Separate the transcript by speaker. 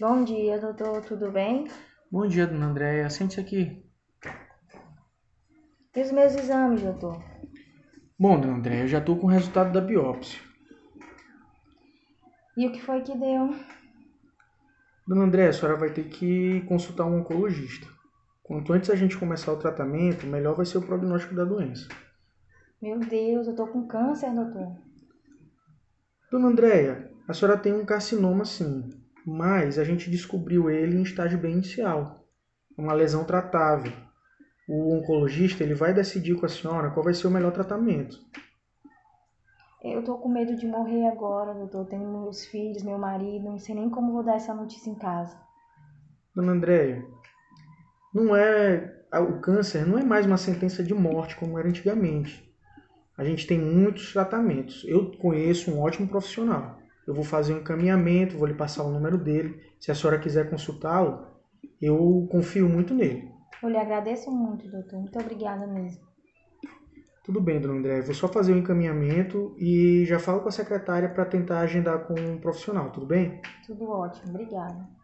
Speaker 1: Bom dia, doutor, tudo bem?
Speaker 2: Bom dia, dona Andréia. Sente-se aqui.
Speaker 1: E os meus exames, doutor?
Speaker 2: Bom, dona Andréia, eu já estou com o resultado da biópsia.
Speaker 1: E o que foi que deu?
Speaker 2: Dona Andréia, a senhora vai ter que consultar um oncologista. Quanto antes a gente começar o tratamento, melhor vai ser o prognóstico da doença.
Speaker 1: Meu Deus, eu tô com câncer, doutor.
Speaker 2: Dona Andréia, a senhora tem um carcinoma sim, mas a gente descobriu ele em estágio bem inicial. É Uma lesão tratável. O oncologista ele vai decidir com a senhora qual vai ser o melhor tratamento.
Speaker 1: Eu tô com medo de morrer agora, doutor. Tenho meus filhos, meu marido, não sei nem como vou dar essa notícia em casa.
Speaker 2: Dona Andréia, não é o câncer não é mais uma sentença de morte como era antigamente. A gente tem muitos tratamentos. Eu conheço um ótimo profissional. Eu vou fazer um encaminhamento, vou lhe passar o número dele. Se a senhora quiser consultá-lo, eu confio muito nele.
Speaker 1: Eu lhe agradeço muito, doutor. Muito obrigada mesmo.
Speaker 2: Tudo bem, dona Andréia, vou só fazer o encaminhamento e já falo com a secretária para tentar agendar com um profissional, tudo bem?
Speaker 1: Tudo ótimo, obrigada.